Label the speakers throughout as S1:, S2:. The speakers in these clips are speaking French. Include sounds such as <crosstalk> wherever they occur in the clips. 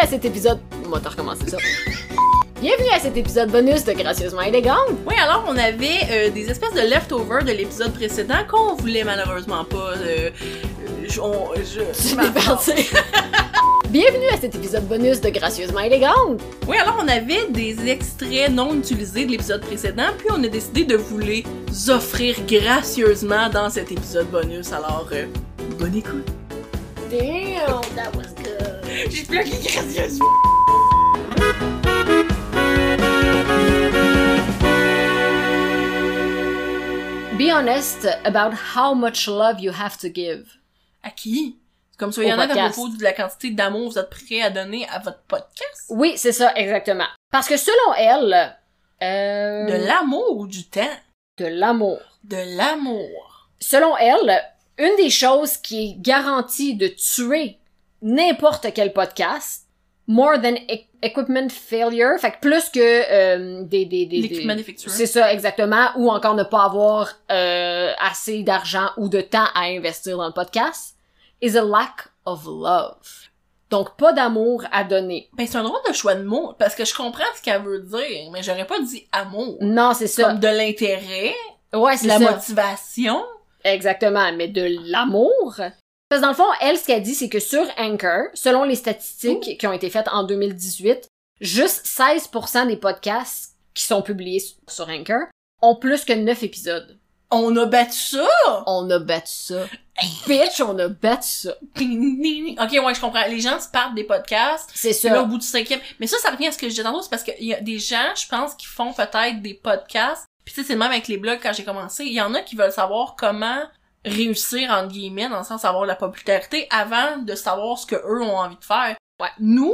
S1: à cet épisode. Moi, t'as recommencé ça. Bienvenue à cet épisode bonus de Gracieusement élégante.
S2: Oui, alors on avait euh, des espèces de leftovers de l'épisode précédent qu'on voulait malheureusement pas. euh, euh, je- on-
S1: <laughs>
S2: je-
S1: Tu
S2: ma-
S1: m'es parti. Bienvenue à cet épisode bonus de Gracieusement élégante.
S2: Oui, alors on avait des extraits non utilisés de l'épisode précédent, puis on a décidé de vous les offrir gracieusement dans cet épisode bonus. Alors, euh,
S1: <laughs>
S2: bonne écoute.
S1: Damn, that was good.
S2: J'ai bloqué gracieusement.
S1: Be honest about how much love you have to give.
S2: À qui? C'est Comme ça, il y
S1: Au
S2: en a à
S1: podcast.
S2: propos de la quantité d'amour que vous êtes prêts à donner à votre podcast.
S1: Oui, c'est ça, exactement. Parce que selon elle, euh,
S2: De l'amour ou du temps?
S1: de l'amour.
S2: De l'amour.
S1: Selon elle, une des choses qui est garantie de tuer n'importe quel podcast, more than e- equipment failure, fait que plus que euh, des, des, des,
S2: L'équipe
S1: des
S2: manufacturière.
S1: c'est ça exactement, ou encore ne pas avoir euh, assez d'argent ou de temps à investir dans le podcast, is a lack of love. Donc pas d'amour à donner.
S2: Ben, c'est un drôle de choix de mots, parce que je comprends ce qu'elle veut dire, mais j'aurais pas dit amour.
S1: Non, c'est ça.
S2: Comme de l'intérêt,
S1: Ouais,
S2: de
S1: c'est
S2: la
S1: ça.
S2: motivation.
S1: Exactement, mais de l'amour. Parce que dans le fond, elle, ce qu'elle dit, c'est que sur Anchor, selon les statistiques qui ont été faites en 2018, juste 16% des podcasts qui sont publiés s- sur Anchor ont plus que 9 épisodes.
S2: On a battu ça!
S1: Oh. On a battu ça. Bitch, on a battu ça.
S2: Ok, ouais, je comprends. Les gens se partent des podcasts,
S1: C'est
S2: puis là,
S1: ça.
S2: au bout du cinquième. Mais ça, ça revient à ce que je disais tantôt, c'est parce qu'il y a des gens, je pense, qui font peut-être des podcasts. Puis tu sais, c'est le même avec les blogs quand j'ai commencé. Il y en a qui veulent savoir comment réussir, entre guillemets, dans le sens d'avoir la popularité, avant de savoir ce que eux ont envie de faire.
S1: Ouais.
S2: Nous,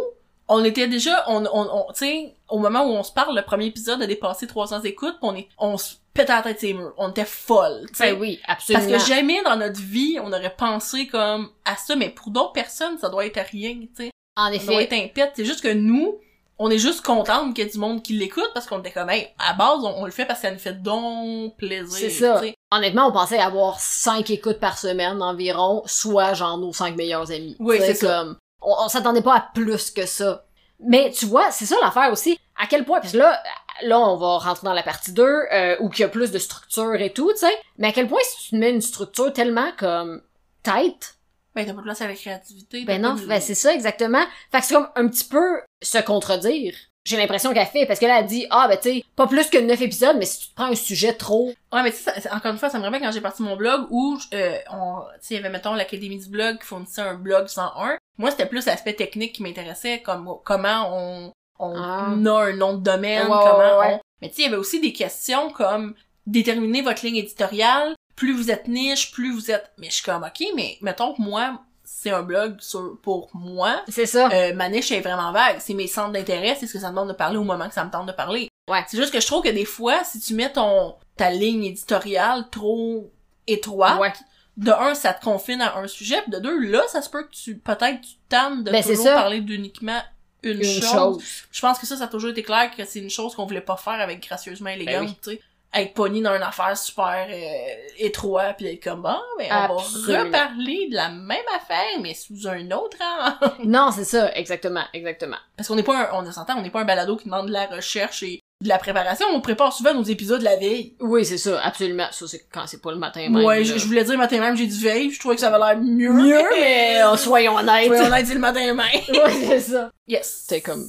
S2: on était déjà, on, on, on tu sais, au moment où on se parle, le premier épisode a dépassé 300 écoutes, puis on est, on se pète à la tête ses murs. On était folle, tu sais.
S1: Ben oui,
S2: Parce
S1: absolument.
S2: que jamais dans notre vie, on aurait pensé comme à ça, mais pour d'autres personnes, ça doit être rien, tu sais.
S1: en
S2: Ça doit
S1: effet.
S2: être un pet. C'est juste que nous, on est juste contents qu'il y ait du monde qui l'écoute parce qu'on était comme, hey, à base, on, on le fait parce que ça nous fait donc plaisir.
S1: C'est ça.
S2: tu sais.
S1: Honnêtement, on pensait avoir 5 écoutes par semaine environ, soit genre nos 5 meilleurs amis.
S2: Oui,
S1: Tu sais,
S2: c'est ça.
S1: comme, On, on s'attendait pas à plus que ça. Mais tu vois, c'est ça l'affaire aussi. À quel point, parce que là, là, on va rentrer dans la partie 2, euh, où qu'il y a plus de structure et tout, tu sais. Mais à quel point si tu mets une structure tellement comme tight,
S2: Ben, t'as pas de place à la créativité.
S1: ben
S2: t'as
S1: non,
S2: pas de-
S1: ben c'est ça exactement. Fait que c'est comme un petit peu se contredire. J'ai l'impression qu'elle fait, parce que là, elle dit, ah ben tu sais, pas plus que 9 épisodes, mais si tu te prends un sujet trop...
S2: Ouais, mais tu sais, ça- ça- encore une fois, ça me rappelle quand j'ai parti mon blog où, euh, on, tu sais, il y avait, mettons, l'Académie du blog qui fournissait un blog 101. Moi, c'était plus l'aspect technique qui m'intéressait, comme comment on, on
S1: Ah.
S2: a un nom de domaine,
S1: Ouais, ouais,
S2: comment
S1: ouais, ouais.
S2: on... Mais tu sais, il y avait aussi des questions comme déterminer votre ligne éditoriale, plus vous êtes niche, plus vous êtes... Mais je suis comme, OK, mais mettons que moi, c'est un blog sur, pour moi,
S1: C'est ça.
S2: euh, ma niche est vraiment vague. C'est mes centres d'intérêt, c'est ce que ça me tente de parler au moment que ça me tente de parler.
S1: Ouais.
S2: C'est juste que je trouve que des fois, si tu mets ton ta ligne éditoriale trop étroite,
S1: Ouais.
S2: de un, ça te confine à un sujet, puis de deux, là, ça se peut que tu peut-être tu tannes de
S1: Ben, c'est
S2: toujours
S1: ça.
S2: parler d'uniquement une,
S1: Une
S2: chose.
S1: chose.
S2: Je pense que ça, ça a toujours été clair que c'est une chose qu'on voulait pas faire avec gracieusement élégante,
S1: Ben oui.
S2: tu sais. Être pogné dans une affaire super euh, étroite puis d'être comme bon, ben on
S1: Absolument.
S2: va reparler de la même affaire mais sous un autre angle.
S1: Non, c'est ça, exactement, exactement.
S2: Parce qu'on n'est pas un, on s'entend, on n'est pas un balado qui demande de la recherche et de la préparation. On prépare souvent nos épisodes la veille.
S1: Oui, c'est ça, absolument. Ça, c'est quand c'est pas le matin même.
S2: Ouais,
S1: là.
S2: je, je voulais dire le matin même, j'ai dit veille, je trouvais que ça avait l'air mieux.
S1: Mieux,
S2: <laughs>
S1: mais euh, <laughs> soyons honnêtes.
S2: Ouais, on a dit le matin même.
S1: ouais, c'est ça.
S2: Yes.
S1: C'est comme...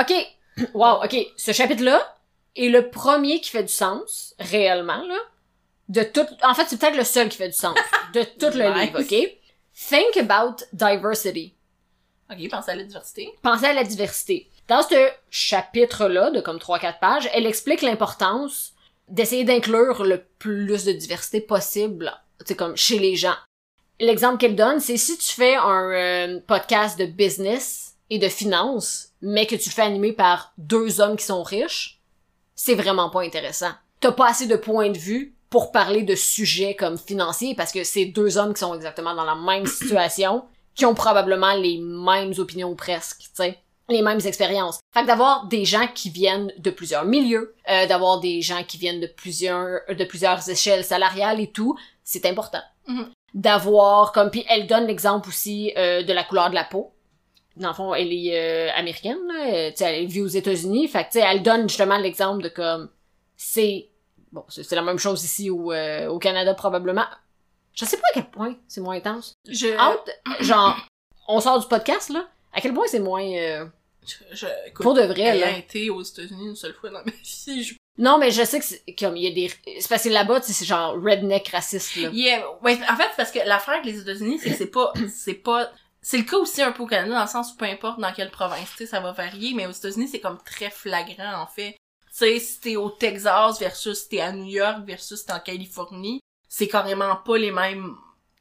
S1: OK, <clears throat> wow, OK. Ce chapitre-là est le premier qui fait du sens, réellement, là. De tout... En fait, c'est peut-être le seul qui fait du sens. De tout <laughs> le
S2: Nice.
S1: livre, OK? Think about diversity.
S2: Ok, pensez à la diversité.
S1: Pensez à la diversité. Dans ce chapitre-là, de comme 3-4 pages, elle explique l'importance d'essayer d'inclure le plus de diversité possible, c'est comme chez les gens. L'exemple qu'elle donne, c'est si tu fais un euh, podcast de business et de finance, mais que tu le fais animé par deux hommes qui sont riches, c'est vraiment pas intéressant. T'as pas assez de points de vue pour parler de sujets comme financiers parce que c'est deux hommes qui sont exactement dans la même situation, qui ont probablement les mêmes opinions ou presque, tu sais, les mêmes expériences. Fait que d'avoir des gens qui viennent de plusieurs milieux, euh, d'avoir des gens qui viennent de plusieurs euh, de plusieurs échelles salariales et tout, c'est important.
S2: Mhm.
S1: D'avoir comme puis elle donne l'exemple aussi euh, de la couleur de la peau. dans le fond, elle est euh, américaine, là, euh, tu sais, elle vit aux États-Unis, fait que, tu sais, elle donne justement l'exemple de comme, c'est, bon, c'est c'est la même chose ici ou euh, au Canada probablement. Je sais pas à quel point c'est moins intense.
S2: Je,
S1: Out, genre, on sort du podcast, là, à quel point c'est moins, euh,
S2: je, je écoute,
S1: pour de vrai, là.
S2: ayant été aux États-Unis une seule fois dans ma <laughs> vie, je
S1: Non, mais je sais que c'est, comme, il y a des, c'est parce que là-bas, tu sais, c'est genre redneck raciste, là.
S2: Yeah, ouais, en fait, c'est parce que l'affaire avec les États-Unis, c'est que c'est pas, c'est pas, c'est le cas aussi un peu au Canada, dans le sens où peu importe dans quelle province, tu sais, ça va varier, mais aux États-Unis, c'est comme très flagrant, en fait. Tu sais, si t'es au Texas versus si t'es à New York versus si t'es en Californie, c'est carrément pas les mêmes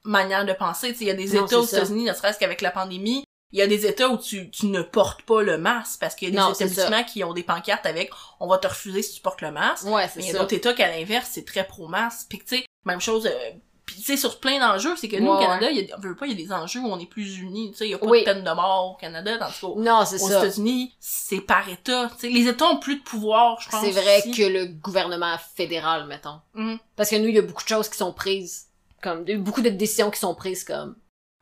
S2: manières de penser. Tu sais, il y a des
S1: Non, c'est
S2: États aux
S1: ça.
S2: États-Unis, ne serait-ce qu'avec la pandémie, il y a des États où tu, tu ne portes pas le masque parce qu'il y a des
S1: Non, c'est
S2: établissements qui ont des pancartes avec on va te refuser si tu portes le masque.
S1: Ouais, c'est
S2: Mais il y a
S1: ça.
S2: d'autres États qu'à l'inverse, c'est très pro-masse. Puis que, tu sais, même chose, euh, puis tu sais, sur plein d'enjeux, c'est que nous, au
S1: Ouais,
S2: Canada, il y a, on veut pas, il y a des enjeux où on est plus unis, tu sais, il y a pas
S1: Oui.
S2: de peine de mort au Canada, dans le cas,
S1: Non, c'est
S2: aux
S1: ça.
S2: États-Unis, c'est par État, tu sais, les États ont plus de pouvoir, je pense.
S1: C'est vrai
S2: aussi.
S1: que le gouvernement fédéral, mettons.
S2: Mm.
S1: Parce que nous, il y a beaucoup de choses qui sont prises, comme, il y a beaucoup de décisions qui sont prises, comme,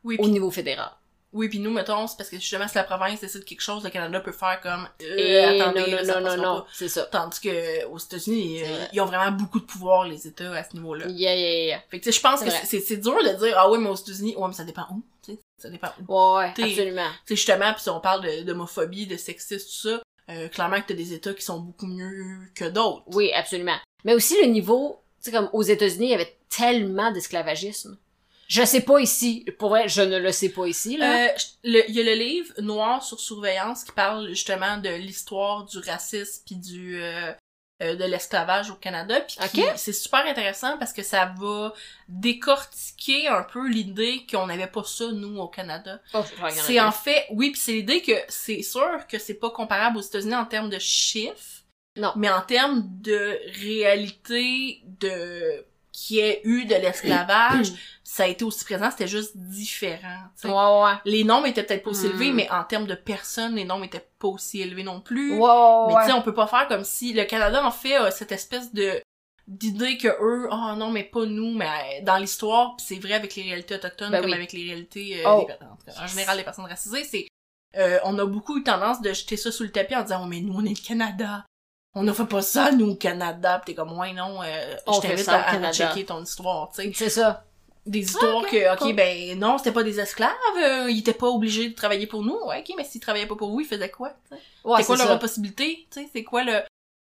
S2: Oui,
S1: au
S2: puis-
S1: niveau fédéral.
S2: oui, puis nous, mettons, c'est parce que justement, si la province décide quelque chose, le Canada peut faire comme, euh,
S1: Et
S2: attendez, là,
S1: Eh, non, non, non,
S2: ça
S1: non,
S2: passera
S1: non,
S2: pas.
S1: c'est ça.
S2: Tandis que aux États-Unis,
S1: C'est
S2: euh,
S1: vrai.
S2: ils ont vraiment beaucoup de pouvoir, les États, à ce niveau-là.
S1: Yeah, yeah, yeah.
S2: Fait que, tu sais, je pense
S1: C'est
S2: que
S1: vrai.
S2: c'est c'est dur de dire, ah oui, mais aux États-Unis, ouais, mais ça dépend où, tu sais, ça dépend où.
S1: Ouais, ouais,
S2: T'es-
S1: absolument.
S2: Tu sais, justement, pis si on parle de- d'homophobie, de sexisme, tout ça, euh, clairement que t'as des États qui sont beaucoup mieux que d'autres.
S1: Oui, absolument. Mais aussi le niveau, tu sais, comme aux États-Unis, il y avait tellement d'esclavagisme. Je sais pas ici. Pour vrai, je ne le sais pas ici,
S2: Il
S1: là.
S2: y a Euh, le livre Noir sur surveillance qui parle justement de l'histoire du racisme puis du euh, euh, de l'esclavage au Canada puis qui-
S1: Ok.
S2: c'est super intéressant parce que ça va décortiquer un peu l'idée qu'on n'avait pas ça nous au Canada.
S1: Oh, je vais regarder.
S2: C'est en fait, oui, puis c'est l'idée que c'est sûr que c'est pas comparable aux États-Unis en termes de chiffres.
S1: Non.
S2: Mais en termes de réalité de qui ait eu de l'esclavage, <clears throat> ça a été aussi présent, c'était juste différent. tu sais.
S1: Ouais, ouais,
S2: Les nombres étaient peut-être pas aussi
S1: Mm.
S2: élevés, mais en termes de personnes, les nombres étaient pas aussi élevés non plus.
S1: ouais. Ouais, ouais,
S2: Mmh. Mais tu
S1: ouais.
S2: sais, on peut pas faire comme si le Canada en fait a cette espèce de d'idée que eux, oh non mais pas nous, mais euh, dans l'histoire, pis c'est vrai avec les réalités autochtones
S1: Ben
S2: comme
S1: oui.
S2: avec les réalités euh,
S1: Oh.
S2: des per- en, tout cas, en général des personnes racisées, c'est euh, on a beaucoup eu tendance de jeter ça sous le tapis en disant oh mais nous on est le Canada, on ne fait pas ça nous au Canada, pis t'es comme ouais non, euh,
S1: On
S2: je
S1: fait
S2: t'invite
S1: ça au
S2: à, à
S1: Canada.
S2: checker ton histoire, tu sais
S1: C'est ça.
S2: des histoires que ok
S1: cool.
S2: ben non c'était pas des esclaves, euh, ils étaient pas obligés de travailler pour nous, ouais ok mais s'ils travaillaient pas pour vous ils faisaient quoi, tu sais?
S1: Ouais,
S2: c'est quoi
S1: c'est
S2: leur
S1: ça.
S2: possibilité, tu sais, c'est quoi le...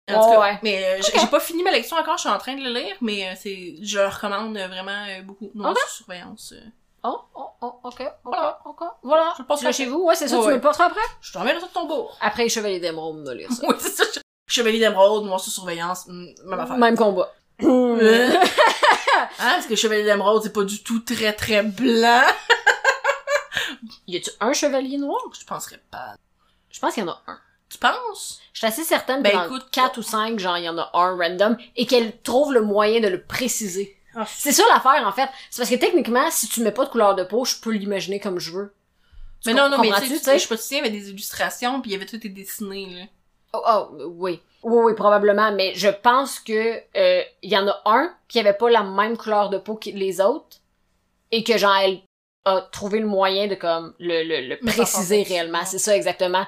S2: En
S1: Ouais,
S2: tout cas,
S1: ouais.
S2: mais euh, j-
S1: Ok.
S2: j'ai pas fini ma lecture encore, je suis en train de le lire, mais euh, c'est je le recommande euh, vraiment euh, beaucoup. Non,
S1: Ok.
S2: sous surveillance. euh.
S1: Oh, oh, oh, ok, ok,
S2: Voilà.
S1: ok. Voilà.
S2: Je le passerai
S1: Tu l'as
S2: chez-
S1: chez vous, ouais, c'est ça.
S2: Ouais,
S1: tu
S2: ouais.
S1: veux le porter après?
S2: Je t'enverrai sur ton <laughs> bourg.
S1: Après, les Chevaliers d'Émeraude, me lire ça.
S2: oui, c'est ça. je- Chevalier d'Emeraude, noir sous surveillance, hum, même affaire.
S1: Même combat.
S2: Euh. <laughs> hein, parce que Chevalier d'Emeraude, c'est pas du tout très très blanc.
S1: Y a-tu un chevalier noir?
S2: Je penserais pas.
S1: Je pense qu'il y en a un.
S2: Tu penses?
S1: Je suis assez certaine
S2: Ben,
S1: que dans
S2: écoute,
S1: 4 ou 5, genre, il y en a un random et qu'elle trouve le moyen de le préciser.
S2: Ah,
S1: C'est ça l'affaire, en fait. C'est parce que techniquement, si tu mets pas de couleur de peau, je peux l'imaginer comme je veux.
S2: mais non, non, mais tu
S1: comprends-tu,
S2: sais, tu
S1: tu sais?
S2: je sais pas si il y avait des illustrations, puis il y avait tout été dessiné, là.
S1: Oh, oh, oui. Oui, oui, probablement, mais je pense que euh, il y en a un qui avait pas la même couleur de peau que les autres et que genre elle a trouvé le moyen de comme le, le, le
S2: Mais ça
S1: préciser
S2: fait sens.
S1: réellement. C'est ça exactement.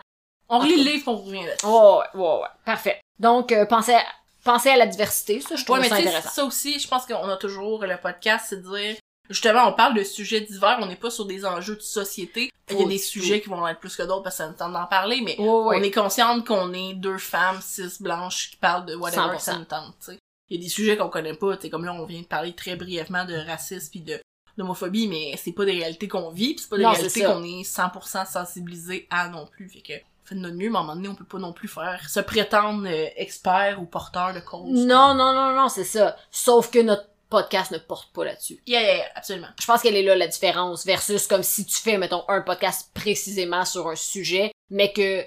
S2: On
S1: Ah,
S2: relit le livre, puis on revient là-dessus.
S1: Oh, ouais, ouais, ouais. Parfait. Donc euh, pensez à, pensez à la diversité, ça je trouve
S2: Ouais, mais
S1: ça
S2: tu sais,
S1: intéressant.
S2: ça aussi, je pense qu'on a toujours le podcast, c'est de dire, justement, on parle de sujets divers, on n'est pas sur des enjeux de société. Il y a
S1: Oui,
S2: des
S1: oui.
S2: sujets qui vont être plus que d'autres parce que ça nous tente d'en parler, mais
S1: Ouais, ouais.
S2: on est consciente qu'on est deux femmes, six blanches, qui parlent de whatever que ça
S1: 100%.
S2: nous tente, tu sais. Il y a des sujets qu'on connaît pas, tu sais, comme là, on vient de parler très brièvement de racisme puis de d'homophobie, mais c'est pas des réalités qu'on vit, pis c'est pas des
S1: Non, c'est
S2: réalités
S1: ça.
S2: qu'on est 100% sensibilisé à non plus. Fait que, fait de notre mieux, mais à un moment donné, on peut pas non plus faire, se prétendre euh, expert ou porteur de cause.
S1: Non, non, non, non, c'est ça. Sauf que notre podcast ne porte pas là-dessus.
S2: Yeah, yeah, yeah, absolument.
S1: Je pense qu'elle est là la différence versus comme si tu fais, mettons, un podcast précisément sur un sujet, mais que,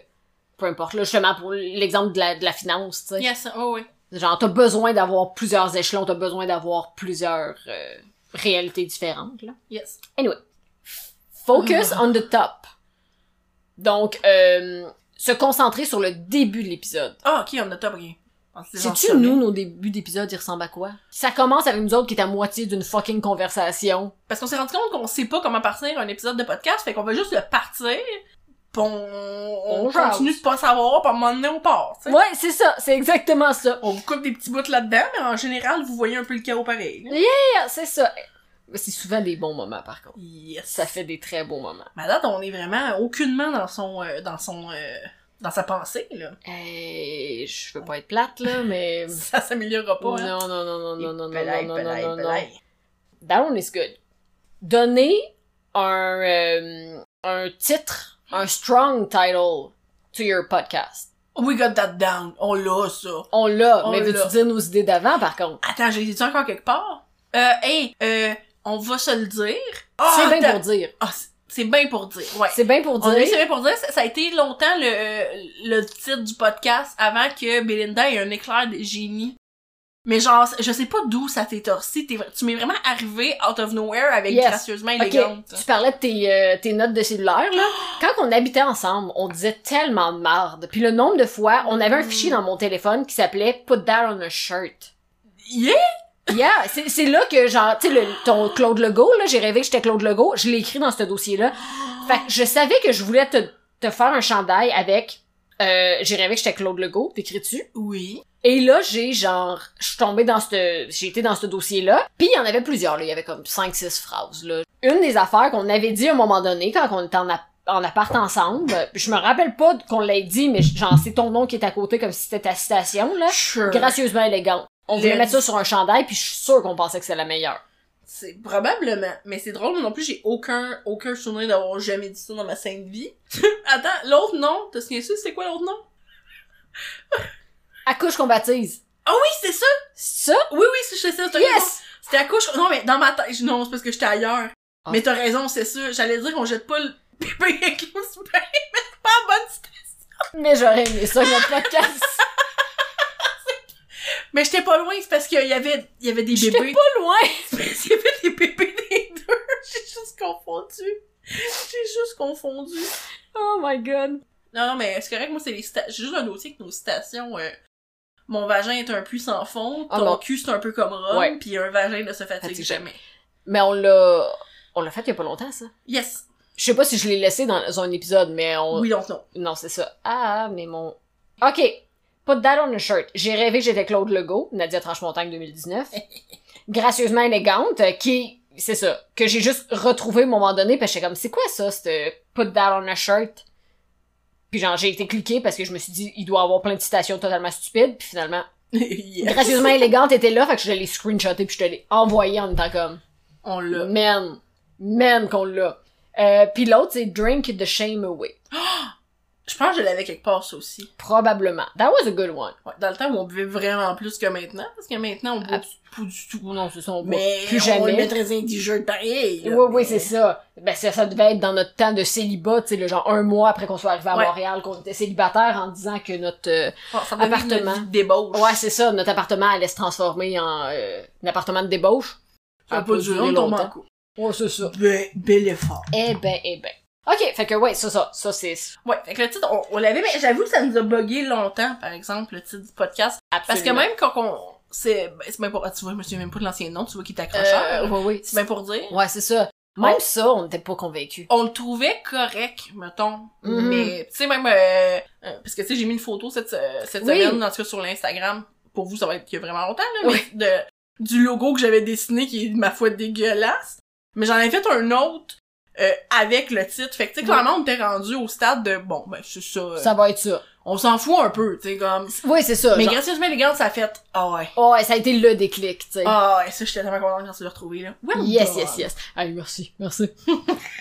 S1: peu importe, là, justement, pour l'exemple de la, de la finance, tu sais.
S2: Yes, oh oui.
S1: Genre, t'as besoin d'avoir plusieurs échelons, t'as besoin d'avoir plusieurs euh, réalités différentes, là.
S2: Yes.
S1: Focus
S2: Ah.
S1: on the top. Donc, euh, se concentrer sur le début de l'épisode.
S2: Ah, ok, on a top, ok. On se les en
S1: Sais-tu,
S2: soumet.
S1: nous, nos débuts d'épisode, ils ressemblent à quoi? Ça commence avec nous autres qui est à moitié d'une fucking conversation.
S2: Parce qu'on s'est rendu compte qu'on sait pas comment partir un épisode de podcast, fait qu'on va juste le partir, pis on, on
S1: On jase.
S2: continue de pas savoir, pis à un moment donné, on part, tu sais.
S1: Ouais, c'est ça, c'est exactement ça.
S2: On vous coupe des petits bouts là-dedans, mais en général, vous voyez un peu le chaos pareil. là.
S1: Yeah, Ah, C'est ça. Mais C'est souvent des bons moments, par contre.
S2: Yes.
S1: Ça fait des très beaux moments.
S2: Mais à date, on est vraiment aucunement dans son, euh, dans son, euh, dans sa pensée, là.
S1: Et je veux pas être plate, là, <laughs> mais...
S2: Ça s'améliorera pas,
S1: Non,
S2: hein.
S1: non, non, non, Mm. non, non, non,
S2: Pelaye,
S1: non,
S2: pelaye,
S1: non, non, non.
S2: pelaye.
S1: Down is good. Donner un, euh, un titre, un strong title to your podcast.
S2: We got that down. On l'a, ça.
S1: On l'a,
S2: On
S1: mais veux-tu
S2: l'a.
S1: dire nos idées d'avant, par contre?
S2: Attends, j'ai dit encore quelque part? Euh, hey, euh, on va se le dire. Ah,
S1: c'est bien
S2: t'as-
S1: pour dire.
S2: Ah, c'est- c'est bien pour dire, ouais.
S1: C'est bien pour
S2: On a eu,
S1: dire.
S2: c'est bien pour dire, ça, ça a été longtemps le, le titre du podcast avant que Belinda ait un éclair de génie. Mais genre, je sais pas d'où ça t'est torsi, t'es- tu m'es vraiment arrivé out of nowhere avec
S1: Yes.
S2: gracieusement
S1: Ok,
S2: élégante.
S1: tu parlais de tes, euh, tes notes de cellulaire, <gasps> là. Quand on habitait ensemble, on disait tellement de marde. Puis le nombre de fois, on avait un fichier dans mon téléphone qui s'appelait « Put that on a shirt
S2: Yeah! ».
S1: Yeah, c'est c'est là que genre, tu sais, le- ton Claude Legault, là, j'ai rêvé que j'étais Claude Legault, je l'ai écrit dans ce <gasps> dossier-là. Fait que je savais que je voulais te, te faire un chandail avec euh, « J'ai rêvé que j'étais Claude Legault », t'écris dessus.
S2: Oui.
S1: Et là, j'ai genre, je suis tombée dans ce, j'ai été dans ce dossier-là. Puis il y en avait plusieurs, là. Il y avait comme 5 six phrases, là. Une des affaires qu'on avait dit à un moment donné, quand on était en, app- en appart ensemble, euh, je me rappelle pas qu'on l'ait dit, mais genre, c'est ton nom qui est à côté comme si c'était ta citation, là.
S2: Sure.
S1: Gracieusement élégante. Hein? On voulait
S2: Le-
S1: mettre ça sur un chandail, puis je suis sûre qu'on pensait que c'était la meilleure.
S2: C'est probablement, mais c'est drôle, moi non plus, j'ai aucun, aucun souvenir d'avoir jamais dit ça dans ma
S1: <laughs>
S2: sainte vie. Attends, l'autre nom, te souviens-tu, c'est quoi l'autre nom?
S1: À couche qu'on baptise.
S2: Ah oui, c'est ça!
S1: Ça?
S2: Oui, oui, c'est c'est ça, t'as raison.
S1: Yes!
S2: C'était à couche, non, mais dans ma tête, je- non, c'est parce que j'étais ailleurs.
S1: Ah.
S2: Mais t'as raison, c'est ça, j'allais dire qu'on jette pas le <laughs> pépé avec le spray, <laughs> mais c'est pas en bonne station.
S1: Mais j'aurais aimé ça, notre podcast.
S2: Mais j'étais pas loin, c'est parce qu'il y avait, il y avait des
S1: J'étais
S2: bébés.
S1: pas loin!
S2: <laughs> Il y avait des bébés des deux, <laughs> j'ai juste confondu. J'ai juste confondu.
S1: Oh my god.
S2: Non, non, mais c'est correct, moi, c'est les cita- J'ai juste un dossier avec nos citations. euh, Mon vagin est un puits sans fond,
S1: Ah,
S2: ton
S1: bon.
S2: cul, c'est un peu comme Rome,
S1: Ouais.
S2: puis un vagin ne se fatigue
S1: Fatigue
S2: jamais.
S1: Mais on l'a, on l'a fait il y a pas longtemps, ça.
S2: Yes!
S1: Je sais pas si je l'ai laissé dans un épisode, mais on...
S2: Oui, donc non. <laughs>
S1: Non, c'est ça. Ah, mais mon... OK. Put that on a shirt. J'ai rêvé que j'étais Claude Legault, Nadia Tranche-Montagne 2019. Gracieusement élégante, euh, qui... C'est ça. Que j'ai juste retrouvé à un moment donné, parce que j'étais comme, c'est quoi ça, ce put that on a shirt? Puis genre, j'ai été cliquée parce que je me suis dit, il doit avoir plein de citations totalement stupides, puis finalement,
S2: yes.
S1: gracieusement élégante était là, fait que je l'ai screenshoté puis je te l'ai envoyé en étant comme...
S2: On l'a.
S1: Man, man qu'on l'a. Euh, puis l'autre, c'est Drink the Shame Away.
S2: Je pense que je l'avais quelque part, ça aussi.
S1: Probablement. That was a good one.
S2: Ouais, dans le temps où on buvait vraiment plus que maintenant, parce que maintenant, on boit
S1: Ah.
S2: du- plus du tout.
S1: Non, c'est ça, on boit
S2: Mais
S1: plus
S2: on le
S1: jamais.
S2: mettrait dans des jeux pareil.
S1: Oui, oui, c'est ça. Ben, ça, ça devait être dans notre temps de célibat, tu sais, le genre un mois après qu'on soit arrivé à
S2: Ouais.
S1: Montréal, qu'on était célibataire en disant que notre... euh,
S2: ça va devenir
S1: Appartement.
S2: notre vie de débauche.
S1: Ouais, c'est ça, notre appartement allait se transformer en euh, un appartement de débauche.
S2: ça a pas duré
S1: durer
S2: longtemps.
S1: Ouais, c'est ça.
S2: Ben, bel effort.
S1: Eh ben, eh ben. OK, fait que ouais, ça, ça, ça c'est
S2: Ouais, fait que le titre, on, on l'avait, mais j'avoue que ça nous a bugué longtemps, par exemple, le titre du podcast. Parce que
S1: absolument.
S2: même quand on. C'est ben, c'est même pour. ah, tu vois, je me souviens même pas de l'ancien nom, tu vois, qui est
S1: Euh,
S2: accrocheur.
S1: ouais, ouais.
S2: C'est même pour dire.
S1: Ouais, c'est ça. Même ça, on n'était pas convaincus.
S2: On le trouvait correct, mettons.
S1: Mhm.
S2: Mais, tu sais, même. euh, euh, parce que, tu sais, j'ai mis une photo cette, euh, cette
S1: Oui.
S2: semaine, en tout cas sur l'Instagram. Pour vous, ça va être il y a vraiment longtemps, là. mais de, du logo que j'avais dessiné, qui est, ma foi, dégueulasse. Mais j'en ai fait un autre. euh, avec le titre. Fait que, tu sais,
S1: Oui.
S2: clairement, on était rendu au stade de, bon, ben, c'est ça. euh,
S1: Mhm. Ça va être ça.
S2: On s'en fout un peu, tu sais, comme.
S1: Oui, c'est ça.
S2: Mais
S1: genre-
S2: gracieusement, les gars, ça a fait, ah ouais.
S1: Oh, ouais, ça a été le déclic, tu sais.
S2: Ah, et ça, j'étais tellement contente quand tu l'as retrouvé, là. Well
S1: yes,
S2: done.
S1: yes, yes. Allez, merci, merci. <laughs>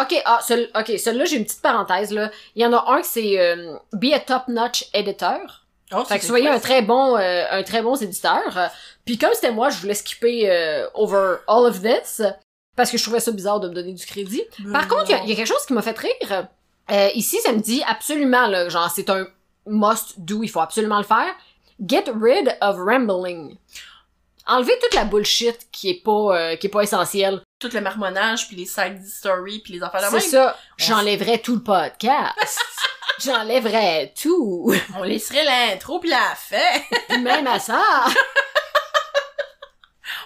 S1: OK, ah, cel- ok, celui-là, j'ai une petite parenthèse, là. Il y en a un que c'est euh, Be a top-notch éditeur.
S2: Oh,
S1: Fait
S2: c'est
S1: que soyez
S2: quoi,
S1: un très bon, euh, un très bon éditeur. Euh, Puis comme c'était moi, je voulais skipper euh, over all of this, euh, parce que je trouvais ça bizarre de me donner du crédit.
S2: ça?
S1: Par contre, il y a-
S2: Non.
S1: il y, a quelque chose qui m'a fait rire. Euh, ici, ça me dit absolument, là, genre, c'est un must do, il faut absolument le faire. Get rid of rambling. Enlever toute la bullshit qui est pas, euh, qui est pas essentielle.
S2: tout le marmonnage, puis les side stories, puis les affaires de
S1: C'est
S2: même.
S1: ça. J'enlèverais tout le <laughs> podcast. J'enlèverais tout.
S2: On laisserait l'intro, puis la fin. <laughs>
S1: Même à ça.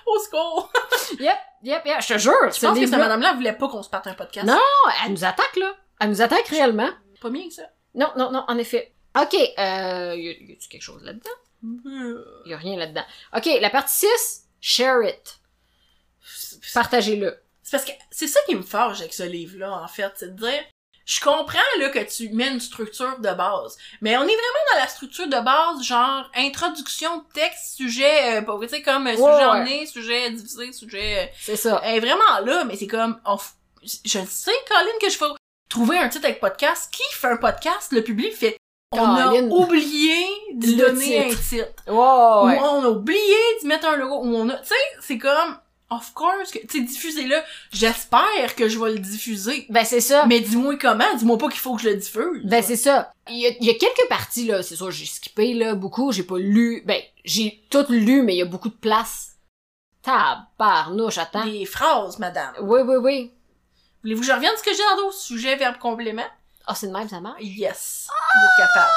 S2: Au secours.
S1: Yep, yep, yep. Je te jure.
S2: Je
S1: ce
S2: pense que cette
S1: livre-là-
S2: madame-là elle voulait pas qu'on se parte un podcast.
S1: Non, elle nous attaque, là. Elle nous attaque réellement.
S2: Pas mieux que ça.
S1: Non, non, non, en effet. Ok, euh, y a- y a-tu quelque chose là-dedans?
S2: Euh,
S1: Y a rien là-dedans. Ok, la partie 6, share it.
S2: C'est
S1: Partagez-le.
S2: c'est parce que c'est ça qui me forge avec ce livre-là, en fait. C'est de dire, je comprends, là, que tu mets une structure de base. Mais on est vraiment dans la structure de base, genre, introduction, texte, sujet, euh, pas- tu sais, comme, euh, sujet
S1: ouais.
S2: emmené, sujet divisé, sujet, euh,
S1: C'est ça.
S2: Elle est vraiment là, mais c'est comme, on f- je le sais, Colin, que je vais trouver un titre avec podcast. Qui fait un podcast? Le public fait. On
S1: Colin.
S2: a oublié
S1: <laughs>
S2: de
S1: Le
S2: donner
S1: titre.
S2: un titre.
S1: Ouais, ouais.
S2: Ou on a oublié d'y mettre un logo. Ou on a, tu sais, c'est comme, of course, que, tu sais, diffusez-le. J'espère que je vais le diffuser.
S1: Ben, c'est ça.
S2: Mais dis-moi comment, dis-moi pas qu'il faut que je le diffuse.
S1: Ben c'est ça. Il y, a, il y a quelques parties là, c'est sûr j'ai skippé là beaucoup, j'ai pas lu. Ben j'ai tout lu mais il y a beaucoup de place. Tabarnouche, attends.
S2: Des phrases, madame.
S1: Oui oui oui.
S2: Voulez-vous que je revienne à ce que j'ai dans d'autres sujets, verbe, complément?
S1: Ah c'est de même ça marche.
S2: Yes. Vous êtes capable.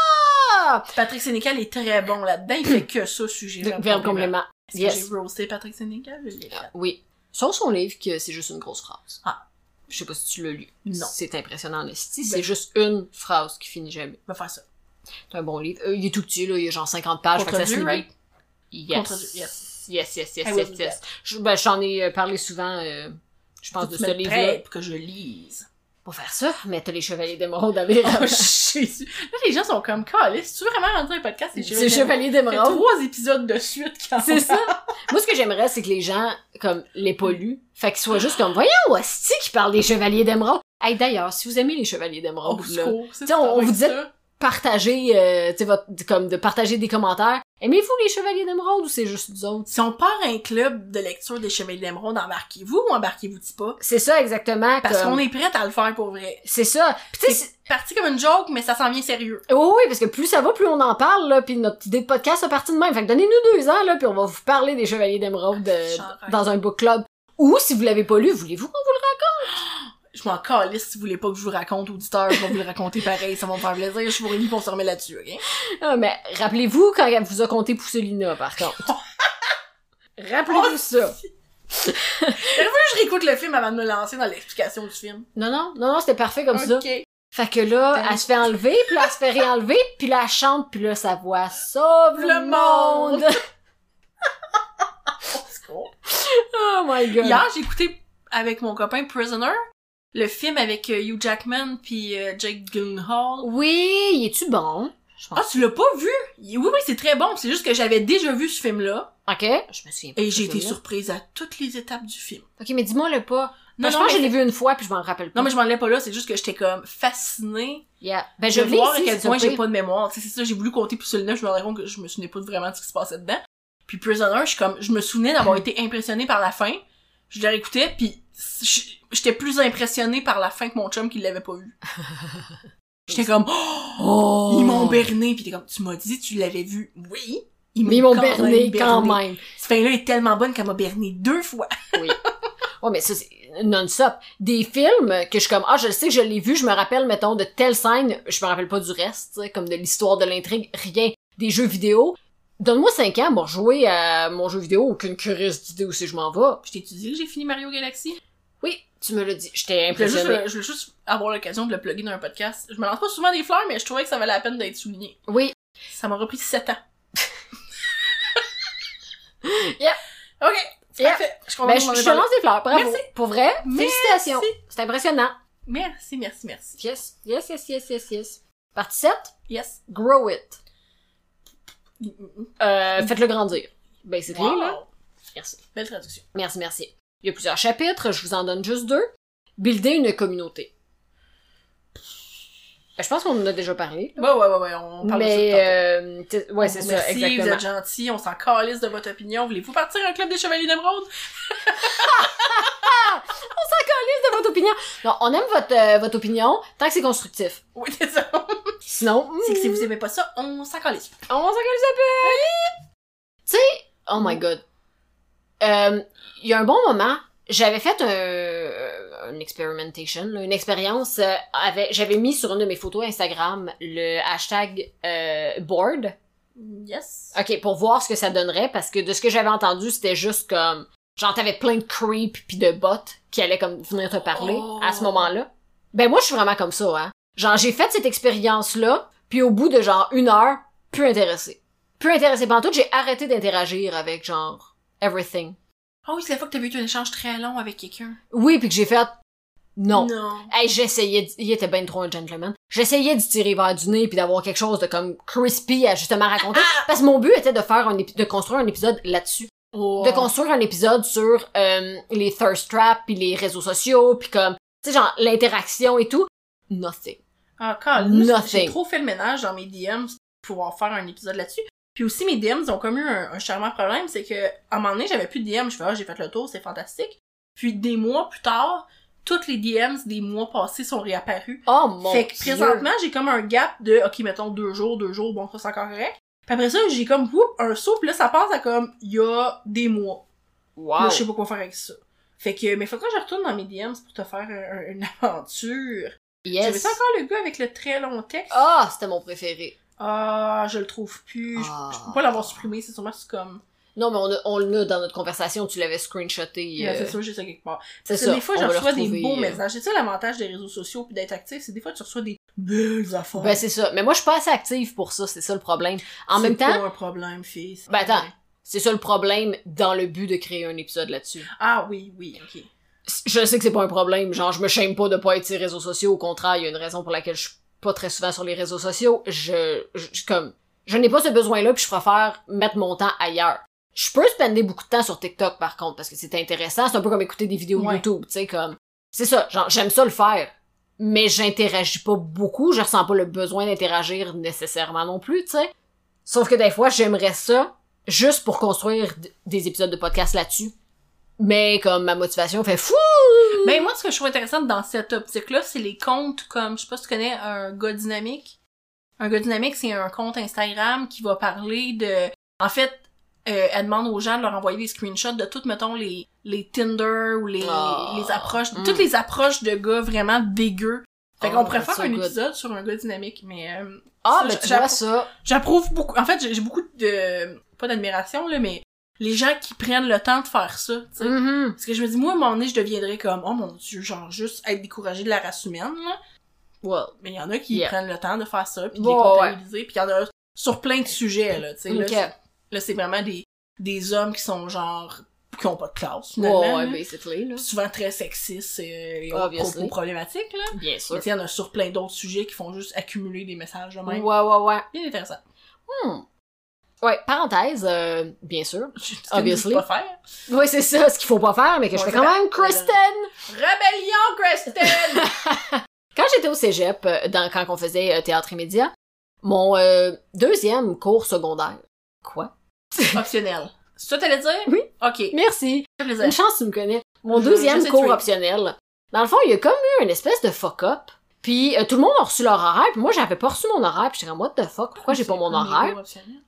S1: Ah!
S2: Patrick Sénécal est très bon là-dedans. Il fait que ça, sujet, verbe,
S1: Verbe
S2: complément.
S1: complément.
S2: Est-ce que
S1: Yes.
S2: J'ai roasté Patrick Sénégal, je l'ai fait.
S1: Oui. Sauf son livre que c'est juste une grosse phrase.
S2: Ah.
S1: Je sais pas si tu l'as lu.
S2: Non.
S1: C'est impressionnant en esti,
S2: Ben.
S1: c'est juste une phrase qui finit jamais.
S2: On va faire ça.
S1: C'est un bon livre. Euh, il est tout petit là, il y a genre 50 pages, fait que ça
S2: Contre-Dieu,
S1: se lit.
S2: right? Contre-Dieu,
S1: Yes. yes. Yes yes yes
S2: I will
S1: yes
S2: do
S1: yes. Je- ben, j'en ai euh, parlé souvent euh, je pense de ce
S2: Faut que tu me
S1: livre-là.
S2: prêtes pour que
S1: <laughs>
S2: je lise.
S1: Pour faire ça, mais t'as les chevaliers d'émeraude avec
S2: <laughs> Oh, Jésus. Là, les gens sont comme, calé, si tu veux vraiment rentrer un podcast, c'est
S1: C'est chevalier d'émeraude.
S2: trois épisodes de suite quand
S1: C'est ça. Moi, ce que j'aimerais, c'est que les gens, comme, l'aient pas lu. Fait qu'ils soient juste comme, voyons, hostie qui parle des chevaliers d'émeraude. Hey, d'ailleurs, si vous aimez les chevaliers
S2: Oh,
S1: d'émeraude, là,
S2: secours, c'est
S1: T'sais, on-
S2: ça,
S1: on vous
S2: oui,
S1: dit-
S2: ça.
S1: partagez, euh, tu sais, votre, comme, de partager des commentaires. Aimez-vous les chevaliers d'émeraude ou c'est juste nous autres?
S2: Si on part un club de lecture des Chevaliers d'Émeraude, embarquez-vous ou embarquez-vous pas?
S1: C'est ça, exactement.
S2: Parce
S1: comme-
S2: qu'on est prête à le faire pour vrai.
S1: C'est ça. Puis tu sais, c'est-
S2: Parti comme une joke, mais ça s'en vient sérieux.
S1: oui, oui, parce que plus ça va, plus on en parle, là, puis notre idée de podcast a parti de même. Fait que donnez-nous deux ans, là, puis on va vous parler des Chevaliers d'Émeraude euh,
S2: Genre.
S1: dans un book club. Ou, si vous l'avez pas lu, voulez-vous qu'on vous
S2: Je m'en calisse si vous voulez pas que je vous raconte, auditeur, je vais vous le raconter <laughs> pareil, ça va me faire plaisir, je suis pour pour se remet là-dessus, ok?
S1: Ah, mais rappelez-vous quand elle vous a compté Pousselina, par <laughs> contre. rappelez-vous ça.
S2: Je réécoute le film avant de me lancer dans l'explication du film.
S1: Non, non, non, non, c'était parfait comme ça.
S2: Ok.
S1: Fait que là,
S2: T'as-
S1: elle se fait enlever, puis là, elle se fait réenlever, puis là, elle chante, puis là, sa voix sauve
S2: Le
S1: le monde. <laughs> oh my god.
S2: Hier, j'ai écouté avec mon copain Prisoner, le film avec euh, Hugh Jackman puis euh, Jake Gyllenhaal.
S1: Oui, y es-tu bon? Je
S2: Ah,
S1: pense.
S2: tu l'as pas vu? Oui, oui, c'est très bon. C'est juste que j'avais déjà vu ce film-là
S1: Ok. Ah. Je me souviens pas.
S2: et
S1: de
S2: j'ai
S1: ce
S2: été
S1: film-là.
S2: surprise à toutes les étapes du film.
S1: Ok, mais dis-moi le pas. Non, Ben,
S2: Non,
S1: je
S2: non,
S1: pense que je
S2: mais-
S1: l'ai vu une fois, puis je m'en rappelle pas.
S2: Non, mais je m'en allais pas là. C'est juste que j'étais comme fascinée
S1: Yeah. Ben, je
S2: je de
S1: l'ai
S2: voir à
S1: ici,
S2: quel
S1: c'est
S2: point
S1: ça,
S2: j'ai pas de mémoire. Tu sais, c'est ça, j'ai voulu compter plus celui-là, je me rends compte que je me souvenais pas vraiment de ce qui se passait dedans. Puis Prisoner, je suis comme, je me
S1: <laughs>
S2: souvenais d'avoir été impressionnée par la fin. Je la réécoutais, puis je- j'étais plus impressionnée par la fin que mon chum qui l'avait
S1: <laughs>
S2: pas vu. j'étais comme, oh,
S1: Oh!
S2: ils m'ont berné, puis t'es comme, tu m'as dit, tu l'avais vu. Oui.
S1: Mais ils m'ont
S2: quand même
S1: berné quand même.
S2: Cette fin-là est tellement bonne qu'elle m'a berné deux fois.
S1: Ouais, mais ça, c'est non-stop. Des films que je suis comme, ah, je le sais que je l'ai vu, je me rappelle, mettons, de telle scène, je me rappelle pas du reste, tu sais, comme de l'histoire, de l'intrigue, rien. Des jeux vidéo. Donne-moi 5 ans pour jouer à mon jeu vidéo, aucune curieuse d'idée où si je m'en vais.
S2: Je t'ai-tu dit que j'ai fini Mario Galaxy?
S1: Oui, tu me l'as dit. J'étais
S2: Je voulais, juste,
S1: impressionnée.
S2: je voulais juste avoir l'occasion de le plugger dans un podcast. Je me lance pas souvent des fleurs, mais je trouvais que ça valait la peine d'être souligné.
S1: Oui.
S2: Ça m'a repris 7 ans. <laughs>
S1: Yep.
S2: Ok. c'est
S1: Yep.
S2: Parfait. Je comprends
S1: Ben,
S2: pas
S1: je,
S2: qu'on en
S1: je
S2: est
S1: te
S2: parlé.
S1: lance des fleurs, bravo.
S2: Merci.
S1: Pour vrai,
S2: Merci.
S1: félicitations. C'est impressionnant.
S2: Merci, merci, merci.
S1: Yes, yes, yes, yes, yes, yes. Partie 7,
S2: Yes.
S1: grow it. Euh, faites-le grandir. Ben, c'est bien, là.
S2: Mm-hmm. Wow.
S1: Merci.
S2: Belle traduction.
S1: Merci, merci. Il y a plusieurs chapitres, je vous en donne juste deux. Builder une communauté. Ben, Je pense qu'on en a déjà parlé. là.
S2: Ouais, ouais, ouais, ouais, on parle de ça.
S1: Mais, euh, t'es- ouais, c'est ça,
S2: Merci, vous
S1: exactement.
S2: êtes gentils, on s'en calisse de votre opinion. Voulez-vous partir à un club des Chevaliers d'Émeraude?
S1: Juste de votre opinion. Non, on aime votre, euh, votre opinion tant que c'est constructif.
S2: Oui, c'est ça.
S1: Sinon, hmm,
S2: C'est que si vous aimez pas ça, on s'en calisse.
S1: on s'en calme Tu sais, oh my god. Euh, Il y a un bon moment, j'avais fait un, une experimentation, là, une expérience. euh, avec- j'avais mis sur une de mes photos Instagram le hashtag euh, board.
S2: Yes.
S1: OK, pour voir ce que ça donnerait, parce que de ce que j'avais entendu, c'était juste comme... Genre, t'avais plein de creeps puis de bots qui allaient comme venir te parler
S2: Oh.
S1: à ce moment-là. Ben moi, je suis vraiment comme ça, hein. Genre, j'ai fait cette expérience-là, puis au bout de genre une heure, plus intéressé. Plus intéressé pantoute, j'ai arrêté d'interagir avec genre everything.
S2: Ah oui, c'est la fois que t'avais eu un échange très long avec quelqu'un.
S1: Oui, puis que j'ai fait non.
S2: Non.
S1: Hey, j'essayais, d- il était ben trop un gentleman. J'essayais d'y tirer vers du nez puis d'avoir quelque chose de comme crispy à justement raconter. Parce que mon but était de faire un épi- de construire un épisode là-dessus.
S2: Oh.
S1: De construire un épisode sur euh, les thirst traps puis les réseaux sociaux puis comme, tu sais, genre l'interaction et tout. Nothing.
S2: Encore, là,
S1: Nothing.
S2: j'ai trop fait le ménage dans mes DMs pour pouvoir faire un épisode là-dessus. Puis aussi, mes DMs ont comme eu un, un charmant problème, c'est que, à un moment donné, j'avais plus de DM, je fais, ah, j'ai fait le tour, c'est fantastique. Puis des mois plus tard, toutes les DMs des mois passés sont réapparues.
S1: Oh mon
S2: fait que
S1: Dieu.
S2: présentement, j'ai comme un gap de, ok, mettons deux jours, deux jours, bon, ça c'est encore correct. Puis après ça, j'ai comme, whoop, un saut, puis là, ça passe à comme, il y a des mois.
S1: Wow.
S2: Là, je sais pas quoi faire avec ça. Fait que, mais faut que je retourne dans mes DMs pour te faire un- un- une aventure. J'avais
S1: Yes.
S2: pas encore le gars avec le très long texte.
S1: Ah, c'était mon préféré.
S2: Ah, je le trouve plus. Je-
S1: Ah.
S2: Je, peux pas l'avoir supprimé, c'est sûrement sur comme.
S1: Non, mais on, a- on l'a dans notre conversation, tu l'avais screenshoté.
S2: Yeah,
S1: euh,
S2: c'est sûr, j'ai ça quelque part.
S1: c'est
S2: Parce que
S1: ça.
S2: des fois,
S1: on
S2: je
S1: va le
S2: reçois des
S1: retrouver,
S2: beaux
S1: euh,
S2: messages. C'est ça l'avantage des réseaux sociaux puis d'être actif, c'est des fois, tu reçois des belles affaires.
S1: Ben, c'est ça. Mais moi, je suis pas assez active pour ça, c'est ça le problème. En
S2: C'est
S1: même temps,
S2: pas un problème, fille. c'est-
S1: Ben, attends. c'est ça le problème dans le but de créer un épisode là-dessus.
S2: Ah oui, oui, ok.
S1: Je sais que c'est pas un problème, genre, je me shame pas de pas être sur les réseaux sociaux. Au contraire, il y a une raison pour laquelle je suis pas très souvent sur les réseaux sociaux. Je, je, je- comme, je n'ai pas ce besoin-là, puis je préfère mettre mon temps ailleurs. Je peux spender beaucoup de temps sur TikTok, par contre, parce que c'est intéressant. C'est un peu comme écouter des vidéos
S2: Ouais.
S1: YouTube, tu sais, comme. C'est ça, genre, j'aime ça le faire. Mais j'interagis pas beaucoup, je ressens pas le besoin d'interagir nécessairement non plus, tu sais. Sauf que des fois, j'aimerais ça juste pour construire d- des épisodes de podcast là-dessus. Mais comme ma motivation fait fou,
S2: Mais Ben, moi, ce que je trouve intéressant dans cette optique-là, c'est les comptes comme, je sais pas si tu connais un gars dynamique. Un gars dynamique, c'est un compte Instagram qui va parler de, en fait, euh, elle demande aux gens de leur envoyer des screenshots de toutes, mettons, les, les Tinder ou les,
S1: Ah.
S2: les approches,
S1: Mm.
S2: toutes les approches de gars vraiment dégueux. Fait
S1: Oh,
S2: qu'on pourrait faire
S1: so
S2: un
S1: good.
S2: épisode sur un gars dynamique, mais euh,
S1: Ah,
S2: Ça,
S1: ben
S2: j'a-
S1: tu vois
S2: j'approuve.
S1: ça.
S2: j'approuve beaucoup. En fait, j'ai j'ai beaucoup de, pas d'admiration, là, mais les gens qui prennent le temps de faire ça, tu sais.
S1: Mhm.
S2: Parce que je me dis, moi, à un moment donné, je deviendrais comme, oh mon dieu, genre, juste être découragé de la race humaine, là.
S1: Well,
S2: Mais il y en a qui
S1: Yeah.
S2: prennent le temps de faire ça, puis de
S1: Ouais,
S2: les
S1: ouais.
S2: comptabiliser, puis il y en a sur plein de sujets, là, tu sais. Là,
S1: Ok.
S2: c'est- là, c'est vraiment des, des hommes qui sont, genre, qui ont pas de classe, finalement.
S1: ouais, ouais,
S2: là.
S1: basically, là.
S2: Souvent très sexistes euh, et, et autres
S1: Obviously.
S2: propos problématiques, là.
S1: Bien
S2: Mais
S1: sûr.
S2: tu sais, il y en a sur plein d'autres sujets qui font juste accumuler des messages de
S1: Ouais,
S2: même.
S1: ouais, ouais.
S2: Bien intéressant. <laughs>
S1: Ouais, parenthèse, euh, bien sûr.
S2: Je sais
S1: Obviously.
S2: pas faire.
S1: Ouais, c'est ça, ce qu'il faut pas faire, mais que je
S2: Ouais,
S1: fais
S2: c'est
S1: quand
S2: vrai.
S1: même, Kristen!
S2: Rébellion, Kristen!
S1: <laughs> Quand j'étais au cégep, euh, dans, quand on faisait euh, théâtre et médias, mon euh, deuxième cours secondaire. Quoi?
S2: Optionnel. C'est ça que t'allais dire?
S1: Oui.
S2: Ok.
S1: Merci!
S2: Ça fait plaisir.
S1: Une chance, tu me connais. Mon
S2: <laughs> Je-
S1: deuxième
S2: je sais,
S1: cours
S2: tu es.
S1: optionnel. Dans le fond, il y a comme eu une espèce de fuck-up. Puis euh, tout le monde a reçu leur horaire, puis moi j'avais pas reçu mon horaire, puis j'étais comme what the fuck, pourquoi j'ai pas mon
S2: C'est
S1: horaire?
S2: cours optionnel.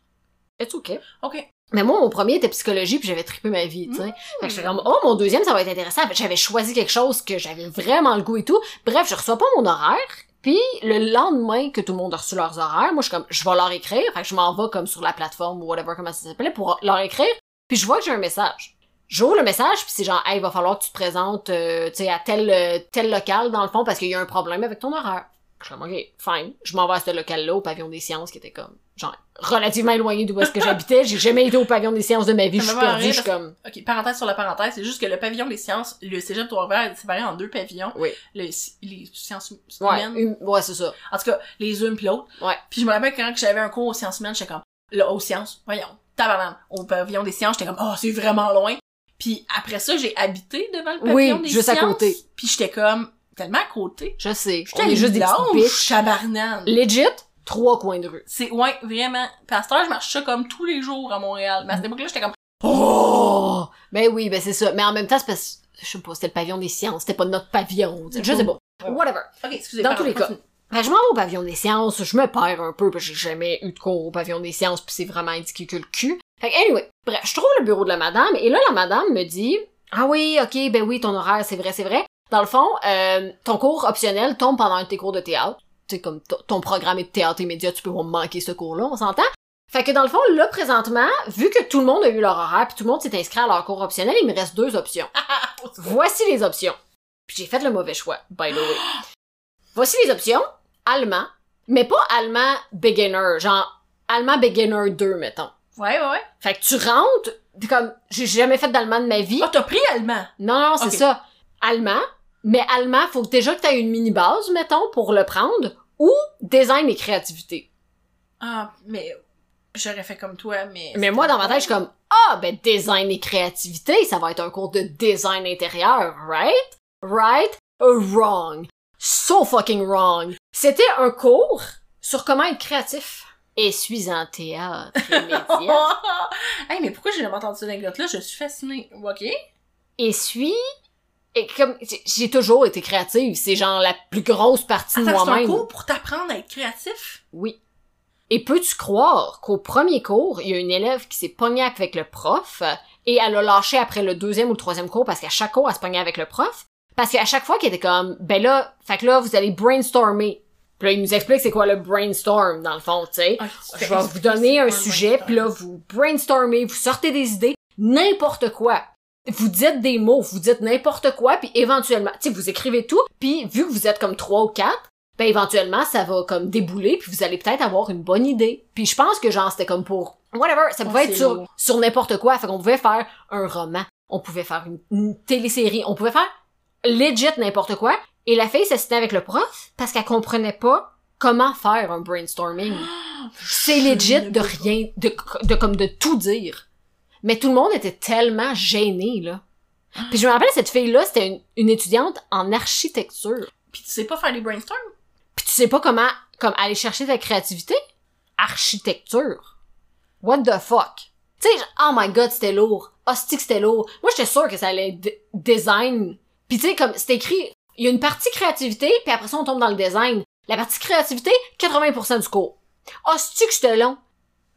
S1: It's ok.
S2: Ok.
S1: Mais moi, mon premier était psychologie, puis j'avais trippé ma vie, tu sais. Fait que j'étais comme, oh, mon deuxième, ça va être intéressant. Fait que J'avais choisi quelque chose que j'avais vraiment le goût et tout. Bref, je reçois pas mon horaire. Puis le lendemain que tout le monde a reçu leurs horaires, moi, je suis comme, je vais leur écrire. Fait que je m'en vais comme sur la plateforme ou whatever, comment ça s'appelait, pour leur écrire. Puis je vois que j'ai un message. J'ouvre le message, puis c'est genre, hey, il va falloir que tu te présentes, euh, tu sais, à tel, euh, tel local, dans le fond, parce qu'il y a un problème avec ton horaire. Je suis comme, ok, fine. Je m'en vais à ce local-là, au pavillon des sciences, qui était comme, genre, relativement éloigné d'où
S2: <laughs>
S1: est-ce que j'habitais. J'ai jamais été au pavillon des sciences de ma vie.
S2: Ça
S1: Je suis
S2: m'a fait
S1: perdue, je
S2: rire
S1: suis
S2: parce
S1: comme,
S2: Ok, parenthèse sur la parenthèse, c'est juste que le pavillon des sciences, le cégep Trois-Rivières est séparé en deux pavillons.
S1: Oui.
S2: Le- les sciences
S1: ouais,
S2: humaines.
S1: une- ouais, c'est ça.
S2: En tout cas, les unes puis l'autre.
S1: Ouais.
S2: Puis je me rappelle quand que j'avais un cours aux sciences humaines, j'étais comme, là, aux sciences, voyons, tabarnak, au pavillon des sciences, j'étais comme, oh, c'est vraiment loin. Puis après ça, j'ai habité devant le pavillon
S1: Oui,
S2: des
S1: juste à
S2: sciences.
S1: côté.
S2: Puis j'étais comme, tellement à côté.
S1: Je sais.
S2: J'étais
S1: On est juste des petites
S2: lâche,
S1: bitches.
S2: tabarnak.
S1: Legit, trois coins de rue.
S2: C'est, ouais, vraiment. Puis à cette heure, je marche ça comme tous les jours à Montréal. Mais à cette époque-là, j'étais comme,
S1: Oh! Ben oui, ben c'est ça. Mais en même temps, c'est parce que, je sais pas, c'était le pavillon des sciences, c'était pas notre pavillon. tu sais, Je sais pas. Whatever.
S2: ok, excusez
S1: Dans
S2: pardon,
S1: tous les cas.
S2: continue.
S1: Ben, je m'en vais au pavillon des sciences, je me perds un peu, parce que j'ai jamais eu de cours au pavillon des sciences, puis c'est vraiment indiqué que le cul. Fait que, anyway, bref, je trouve le bureau de la madame, et là, la madame me dit, ah oui, ok, ben oui, ton horaire, c'est vrai, c'est vrai. Dans le fond, euh, ton cours optionnel tombe pendant un de tes cours de théâtre. Tu sais, comme t- ton programme est de théâtre et médias, tu peux pas manquer ce cours-là, on s'entend? Fait que dans le fond, là, présentement, vu que tout le monde a eu leur horaire, puis tout le monde s'est inscrit à leur cours optionnel, il me reste deux options. Voici les options. Puis j'ai fait le mauvais choix, by the way. Voici les options. Allemand, mais pas allemand beginner, genre allemand beginner 2, mettons.
S2: Ouais, ouais, ouais.
S1: Fait que tu rentres, t'es comme, j'ai jamais fait d'allemand de ma vie.
S2: Ah, t'as pris allemand!
S1: Non, non, c'est
S2: Ok.
S1: ça. Allemand, mais allemand, faut déjà que t'aies une mini-base, mettons, pour le prendre, ou design et créativité.
S2: Ah, mais j'aurais fait comme toi, mais...
S1: Mais moi, dans ma tête, je suis comme, ah, ben, design et créativité, ça va être un cours de design intérieur, right? Right? Wrong. So fucking wrong. C'était un cours sur comment être créatif. Et suis en
S2: <laughs>
S1: théâtre et médias.
S2: hey, mais pourquoi j'ai jamais entendu cette anecdote-là? Je suis fascinée. OK?
S1: Et suis... Et comme, j'ai- j'ai toujours été créative. C'est genre la plus grosse partie de
S2: Attends, c'est un
S1: moi-même.
S2: cours pour t'apprendre à être créatif?
S1: Oui. Et peux-tu croire qu'au premier cours, il y a une élève qui s'est pognée avec le prof et elle a lâché après le deuxième ou le troisième cours parce qu'à chaque cours, elle se pognait avec le prof. Parce qu'à chaque fois qu'elle était comme, ben là, fait que là, vous allez brainstormer. Puis là, il nous explique c'est quoi le brainstorm, dans le fond, tu sais.
S2: Ok,
S1: Je vais vous donner un sujet, puis là, vous brainstormez, vous sortez des idées, n'importe quoi. Vous dites des mots, vous dites n'importe quoi, puis éventuellement, tu sais, vous écrivez tout, puis vu que vous êtes comme trois ou quatre, ben éventuellement, ça va comme débouler, puis vous allez peut-être avoir une bonne idée. Puis je pense que genre, c'était comme pour... Whatever, ça
S2: Oh,
S1: pouvait
S2: c'est
S1: être sur,
S2: lourd.
S1: sur n'importe quoi, fait qu'on pouvait faire un roman, on pouvait faire une, une télésérie, on pouvait faire legit n'importe quoi, et la fille s'assitait avec le prof parce qu'elle comprenait pas comment faire un brainstorming. C'est
S2: ne
S1: legit de
S2: peux
S1: rien, de, de comme de tout dire. Mais tout le monde était tellement gêné, là. Puis je me rappelle, cette fille-là, c'était une, une étudiante en architecture.
S2: Puis tu sais pas faire des brainstorms?
S1: Puis tu sais pas comment comme aller chercher ta créativité? Architecture. What the fuck? Tu sais, je- oh my god, c'était lourd. Hostie que c'était lourd. Moi, j'étais sûre que ça allait être d- design. Puis tu sais, comme, c'est écrit, il y a une partie créativité, puis après ça, on tombe dans le design. La partie créativité, 80% du cours. Hostie que c'était long.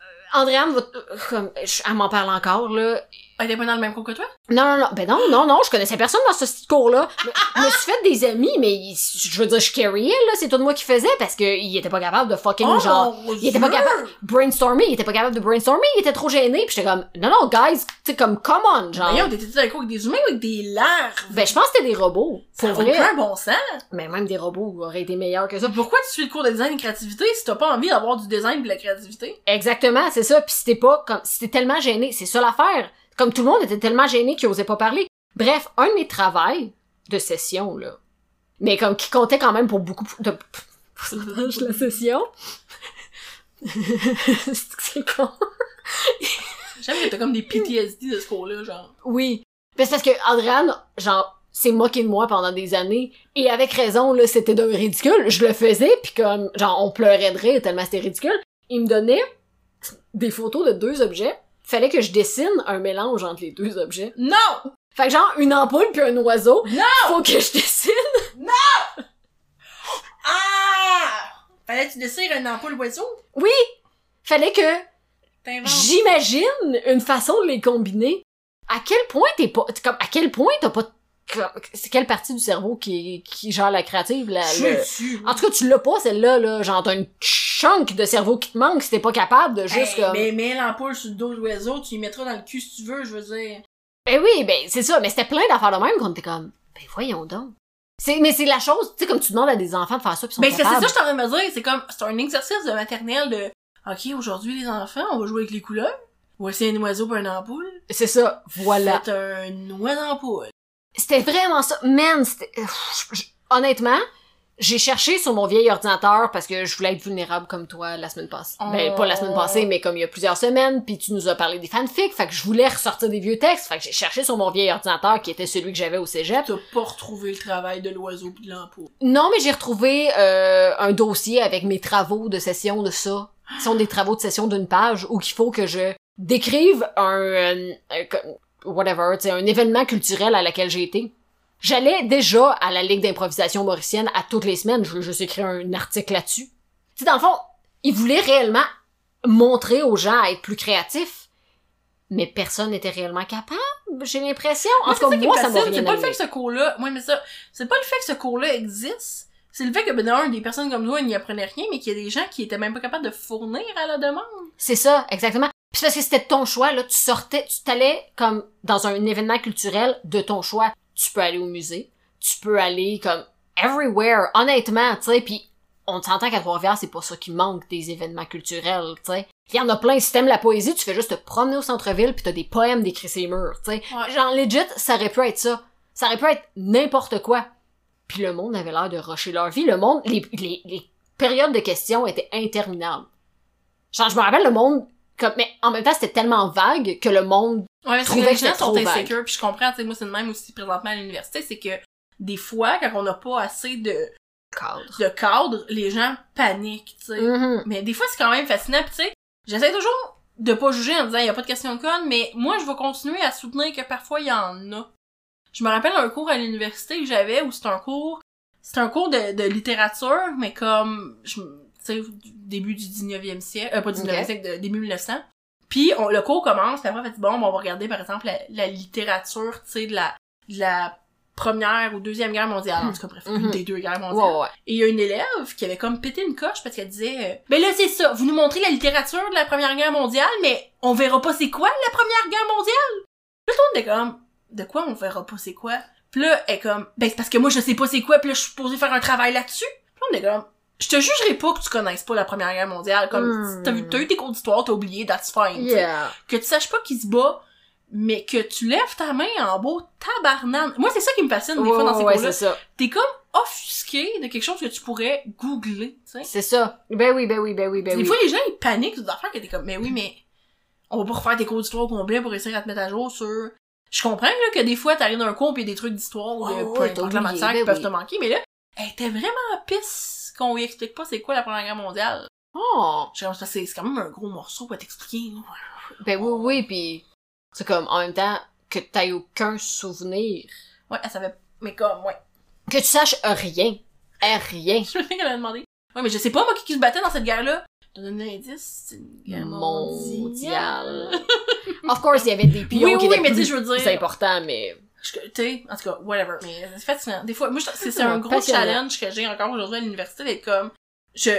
S1: Euh, Andréane, va t- euh, comme, je- elle m'en parle encore, là.
S2: Elle Ah, était pas dans le même cours que toi?
S1: Non, non, non. Ben non, non, non, je connaissais personne dans ce petit cours-là. Je me suis fait des amis, mais je veux dire, je carryais, là. C'est tout de moi qui faisais parce qu'il était pas capable de fucking,
S2: Oh!
S1: genre, il était pas capable. brainstormer. Il était pas capable de brainstormer. Il était trop gêné. Puis j'étais comme, non, non, guys, tu sais, comme, come on, genre.
S2: Voyons, t'étais dans le cours avec des humains ou avec des larves?
S1: Ben, je pense que c'était des robots.
S2: ça
S1: Pour
S2: n'a
S1: vrai.
S2: aucun bon sens.
S1: Mais même des robots auraient été meilleurs que ça.
S2: Pourquoi tu suis le cours de design et créativité si t'as pas envie d'avoir du design et de
S1: <laughs>
S2: la créativité?
S1: Exactement, c'est ça. Puis c'était pas comme c'était tellement gêné, c'est ça l'affaire. Comme tout le monde était tellement gêné qu'il osait pas parler. Bref, un de mes travails de session là, mais comme qui comptait quand même pour beaucoup de pourcentage de la session. <laughs> c'est con.
S2: J'aime que t'as comme
S1: <laughs>
S2: des PTSD de ce cours-là, genre.
S1: Oui. Mais c'est parce que Adriane, genre, s'est moqué de moi pendant des années. Et avec raison, là, c'était d'un ridicule. Je le faisais, puis comme, genre, on pleurait de rire tellement c'était ridicule. Il me donnait des photos de deux objets. Fallait que je dessine un mélange entre les deux objets.
S2: Non!
S1: Fait que genre, une ampoule puis un oiseau.
S2: Non!
S1: Faut que je dessine.
S2: Ah! Fallait-tu dessiner une ampoule oiseau?
S1: Oui! Fallait que
S2: T'inventes.
S1: J'imagine une façon de les combiner. À quel point t'es pas, t'es comme, à quel point t'as pas, c'est quelle partie du cerveau qui, qui gère la créative, la, le-
S2: suis
S1: En tout cas, tu l'as pas, celle-là, là. Genre, t'as une chunk de cerveau qui te manque si t'es pas capable de juste, comme...
S2: Ben, Mais mets l'ampoule sur le dos de l'oiseau, tu y mettras dans le cul si tu veux, je veux dire.
S1: Ben oui, ben, c'est ça. Mais c'était plein d'affaires de même qu'on était comme, ben voyons donc. C'est, mais c'est la chose, tu sais, comme tu demandes à des enfants de faire ça pis ils sont
S2: Mais Ben, c'est c'est ça
S1: capables.
S2: que je suis en train de me dire, c'est comme, c'est un exercice de maternelle de, ok, aujourd'hui les enfants, on va jouer avec les couleurs. Voici un oiseau pour une ampoule.
S1: C'est ça. Voilà.
S2: C'est un oiseau d'ampoule.
S1: C'était vraiment ça. Man, c'était... Pff, je- Honnêtement, j'ai cherché sur mon vieil ordinateur parce que je voulais être vulnérable comme toi la semaine passée. Ben,
S2: Oh.
S1: pas la semaine passée, mais comme il y a plusieurs semaines, puis tu nous as parlé des fanfics, fait que je voulais ressortir des vieux textes, fait que j'ai cherché sur mon vieil ordinateur qui était celui que j'avais au cégep.
S2: T'as pas retrouvé le travail de l'oiseau pis de l'ampoule.
S1: Non, mais j'ai retrouvé euh, un dossier avec mes travaux de session de ça. Ce sont des travaux de session d'une page où qu'il faut que je décrive un... euh, un co- whatever, tu sais, un événement culturel à laquelle j'ai été. J'allais déjà à la Ligue d'improvisation mauricienne à toutes les semaines. Je voulais juste écrire un article là-dessus. Tu sais, dans le fond, ils voulaient réellement montrer aux gens à être plus créatifs, mais personne n'était réellement capable, j'ai l'impression. En
S2: Moi,
S1: tout cas,
S2: Ah, c'est qui
S1: moi,
S2: me
S1: ça m'a
S2: fascine,
S1: rien
S2: C'est pas le fait
S1: amené.
S2: que ce cours-là, moi, mais ça, c'est pas le fait que ce cours-là existe. C'est le fait que, ben, d'un, des personnes comme toi, ils n'y apprenaient rien, mais qu'il y a des gens qui étaient même pas capables de fournir à la demande.
S1: C'est ça, exactement. Puis c'est parce que c'était ton choix, là, tu sortais, tu t'allais comme dans un événement culturel de ton choix. Tu peux aller au musée, tu peux aller comme everywhere, honnêtement, tu sais, puis on s'entend qu'à Trois-Rivières, c'est pas ça qui manque des événements culturels, tu sais. Il y en a plein, si t'aimes la poésie, tu fais juste te promener au centre-ville pis t'as des poèmes d'écrits sur les murs, tu sais.
S2: Ouais.
S1: Ah. Genre, legit, ça aurait pu être ça. Ça aurait pu être n'importe quoi. Puis le monde avait l'air de rusher leur vie. Le monde, les, les, les périodes de questions étaient interminables. Genre, je me rappelle le monde, comme, mais en même temps, c'était tellement vague que le monde,
S2: Ouais, parce que
S1: trouvais
S2: les
S1: que c'était
S2: gens sont
S1: trop vague.
S2: insécures, puis je comprends, tu sais, moi c'est le même aussi présentement à l'université, c'est que des fois, quand on n'a pas assez de,
S1: cadre.
S2: de cadre, les gens paniquent, tu sais.
S1: Mhm.
S2: Mais des fois, c'est quand même fascinant, pis tu sais, j'essaie toujours de pas juger en disant il y a pas de question conne, mais moi je vais continuer à soutenir que parfois il y en a. Je me rappelle un cours à l'université que j'avais où c'était un cours, c'était un cours de, de littérature, mais comme je m- tu sais du début du 19e siècle, euh, pas 19e
S1: Ok.
S2: siècle, de, début 1900. Puis on- le cours commence, puis après on fait bon, ben, on va regarder par exemple la, la littérature, tu sais de la de la première ou deuxième guerre mondiale, en tout cas bref, une
S1: Mhm.
S2: des deux guerres mondiales.
S1: Ouais, ouais, ouais.
S2: Et il y a une élève qui avait comme pété une coche parce qu'elle disait Mais là c'est ça, vous nous montrez la littérature de la Première Guerre mondiale, mais on verra pas c'est quoi la Première Guerre mondiale. Puis Là tout le monde était comme De quoi on verra pas c'est quoi? Puis là, elle est comme Ben c'est parce que moi je sais pas c'est quoi, puis là je suis supposée faire un travail là-dessus. Puis là, on était comme Je te jugerai pas que tu connaisses pas la Première Guerre mondiale, comme
S1: Hmm.
S2: si t'as vu t'as eu tes cours d'histoire, t'as oublié, that's fine. tu sais.
S1: Yeah.
S2: Que tu saches pas qui se bat, mais que tu lèves ta main en beau tabarnane. Moi c'est ça qui me fascine des
S1: Ouais,
S2: fois dans ces
S1: ouais,
S2: cours-là
S1: c'est ça.
S2: t'es comme offusqué de quelque chose que tu pourrais googler, tu sais.
S1: C'est ça. Ben oui, ben oui, ben oui, ben
S2: des
S1: oui.
S2: fois, les gens, ils paniquent sur des affaires que t'es comme, mais oui, mais on va pas refaire tes cours d'histoire complet pour essayer de te mettre à jour sur... Je comprends, là, que des fois, t'arrives dans un cours pis il y a des trucs d'histoire ou de
S1: Oh,
S2: peu
S1: ouais,
S2: importe
S1: t'as
S2: la
S1: oublié,
S2: matière qui
S1: ben
S2: peuvent
S1: oui.
S2: te manquer, mais là, elle était vraiment pisse qu'on lui explique pas c'est quoi la Première Guerre mondiale.
S1: Oh.
S2: Je pense que c'est c'est quand même un gros morceau à t'expliquer, là.
S1: Ben oui, oui, puis c'est comme en même temps que t'aies aucun souvenir,
S2: Ouais, elle savait... Mais comme, ouais. <laughs>
S1: que tu saches rien, Eh, rien.
S2: Je me qu'elle a demandé. Ouais, mais je sais pas, moi, qui, qui se battait dans cette guerre-là. Je te donne un indice, c'est une guerre mondiale.
S1: Mondial. <laughs> of course, il y avait des pions
S2: Oui,
S1: qui
S2: oui, oui,
S1: étaient
S2: mais tu sais,
S1: plus
S2: je veux dire...
S1: importants, mais
S2: Je- tu sais, en tout cas, whatever. Mais c'est fascinant. Des fois, moi, je- c'est c'est
S1: Ouais,
S2: un gros
S1: passionnant.
S2: challenge que j'ai encore aujourd'hui à l'université d'être comme. Je.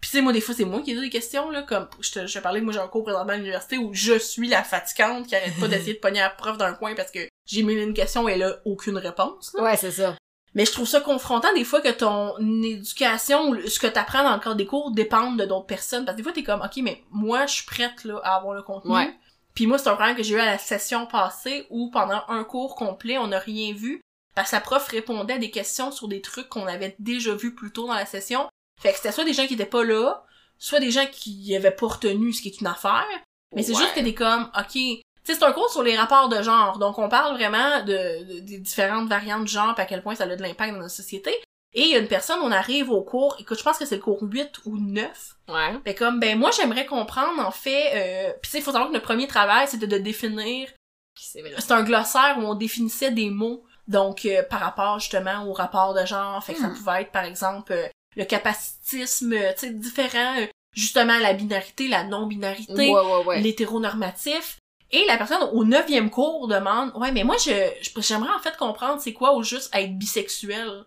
S2: Pis tu sais, moi, des fois, c'est moi qui ai des questions, là. Comme, je te, je te parlais que moi, j'ai un cours présentement à l'université où je suis la fatigante qui arrête pas d'essayer de pogner la prof d'un coin parce que j'ai mis une question et elle a aucune réponse, là.
S1: ouais, c'est ça.
S2: Mais je trouve ça confrontant des fois que ton éducation ou le- ce que t'apprends dans le cadre des cours dépendent de d'autres personnes. Parce que des fois, t'es comme, OK, mais moi, je suis prête là, à avoir le contenu.
S1: Ouais.
S2: Puis moi, c'est un problème que j'ai eu à la session passée où pendant un cours complet, on n'a rien vu. Parce que la prof répondait à des questions sur des trucs qu'on avait déjà vus plus tôt dans la session. Fait que c'était soit des gens qui étaient pas là, soit des gens qui avaient pas retenu ce qui est une affaire. Mais c'est
S1: Ouais.
S2: juste que t'es comme, ok, tu sais, c'est un cours sur les rapports de genre, donc on parle vraiment de, de- des différentes variantes de genre, pis à quel point ça a de l'impact dans notre société. Et il y a une personne, on arrive au cours, écoute, je pense que c'est le cours 8 ou 9.
S1: Ouais.
S2: Ben comme, ben moi j'aimerais comprendre en fait, euh, pis tu sais, il faut savoir que notre premier travail, c'était de définir
S1: C'est vrai.
S2: c'est un glossaire où on définissait des mots. Donc, euh, par rapport justement au rapport de genre, fait que ça
S1: Hmm.
S2: pouvait être par exemple euh, le capacitisme, euh, tu sais, différent, euh, justement la binarité, la non-binarité,
S1: Ouais, ouais, ouais.
S2: l'hétéronormatif. Et la personne au neuvième cours demande, ouais, mais moi je je- j'aimerais en fait comprendre c'est quoi au juste être bisexuel.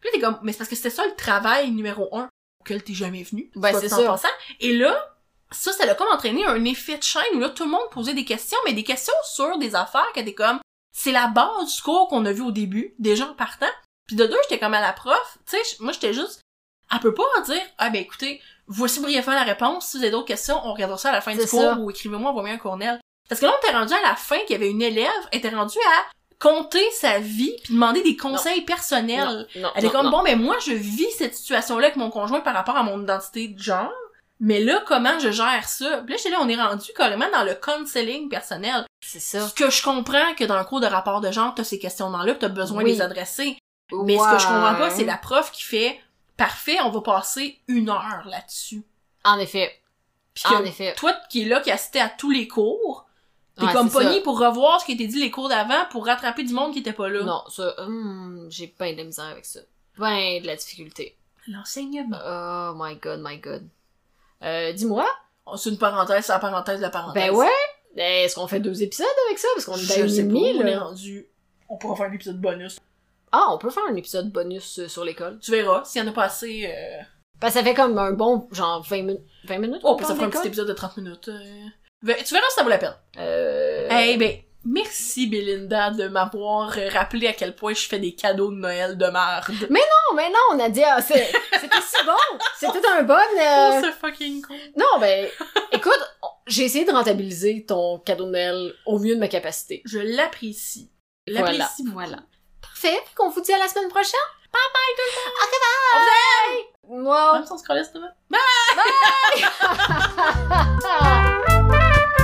S2: Puis là, t'es comme, mais c'est parce que c'était ça le travail numéro un auquel t'es jamais venu.
S1: Ben,
S2: soit
S1: c'est
S2: dit en
S1: ça.
S2: passant. Et là, ça, ça l'a comme entraîné un effet de chaîne où là, tout le monde posait des questions, mais des questions sur des affaires que t'es comme, c'est la base du cours qu'on a vu au début, déjà en partant. Puis de deux, j'étais comme à la prof, tu sais, moi j'étais juste, elle peut pas en dire, ah ben écoutez, voici brièvement la réponse, si vous avez d'autres questions, on regardera ça à la fin du
S1: C'est
S2: cours
S1: ça.
S2: ou écrivez-moi, envoyez-moi un courriel. Parce que là, on était rendu à la fin qu'il y avait une élève, elle était rendue à compter sa vie puis demander des conseils personnels.
S1: Non, non,
S2: Elle est
S1: non,
S2: comme,
S1: non.
S2: bon, mais moi, je vis cette situation-là avec mon conjoint par rapport à mon identité de genre. Mais là, comment je gère ça? Puis là, j'étais là, on est rendu carrément dans le counseling personnel.
S1: C'est ça.
S2: Ce que je comprends que dans le cours de rapport de genre, t'as ces questions-là, pis t'as besoin de
S1: Oui.
S2: les adresser. Mais ce que je comprends pas, c'est la prof qui fait, parfait, on va passer une heure là-dessus.
S1: En effet.
S2: Puis
S1: En
S2: que
S1: effet.
S2: toi qui est là, qui assistait à tous les cours, t'es
S1: Ouais,
S2: comme
S1: c'est ça.
S2: pogné pour revoir ce qui était dit les cours d'avant pour rattraper du monde qui était pas là.
S1: Non, ça, hum, j'ai bien de la misère avec ça. Ben de la difficulté.
S2: L'enseignement.
S1: Oh my god, my god. Euh, dis-moi,
S2: Oh, C'est une parenthèse, c'est la parenthèse de la parenthèse.
S1: ben ouais, est-ce qu'on fait deux épisodes avec ça? Parce qu'on est à
S2: Je
S1: une
S2: sais pas,
S1: demi,
S2: on est
S1: là.
S2: rendu. On pourra faire un épisode bonus.
S1: Ah, on peut faire un épisode bonus euh, sur l'école.
S2: Tu verras, s'il y en a pas assez, euh,
S1: Parce que ça fait comme un bon, genre, 20, minutes 20 minutes.
S2: on
S1: qu'on
S2: peut Oh,
S1: parle
S2: se faire
S1: d'école.
S2: un Ben, petit épisode de 30 minutes. euh. Ve- Tu verras si ça vaut la peine.
S1: Euh...
S2: Eh ben, Merci Belinda de m'avoir euh, rappelé à quel point je fais des cadeaux de Noël de
S1: Euh,
S2: merde.
S1: Non, mais non, Nadia, ah, c'est- c'était si bon! C'était un bon... euh,
S2: Oh, ce fucking con.
S1: Non, ben, écoute, j'ai essayé de rentabiliser ton cadeau de Noël au mieux de ma capacité.
S2: Je l'apprécie.
S1: Voilà,
S2: L'apprécie beaucoup.
S1: voilà. Parfait, fait qu'on vous dit à la semaine prochaine. Bye bye tout le monde!
S2: Même si on Ah, se connaît, c'est demain.
S1: Wow! Ah.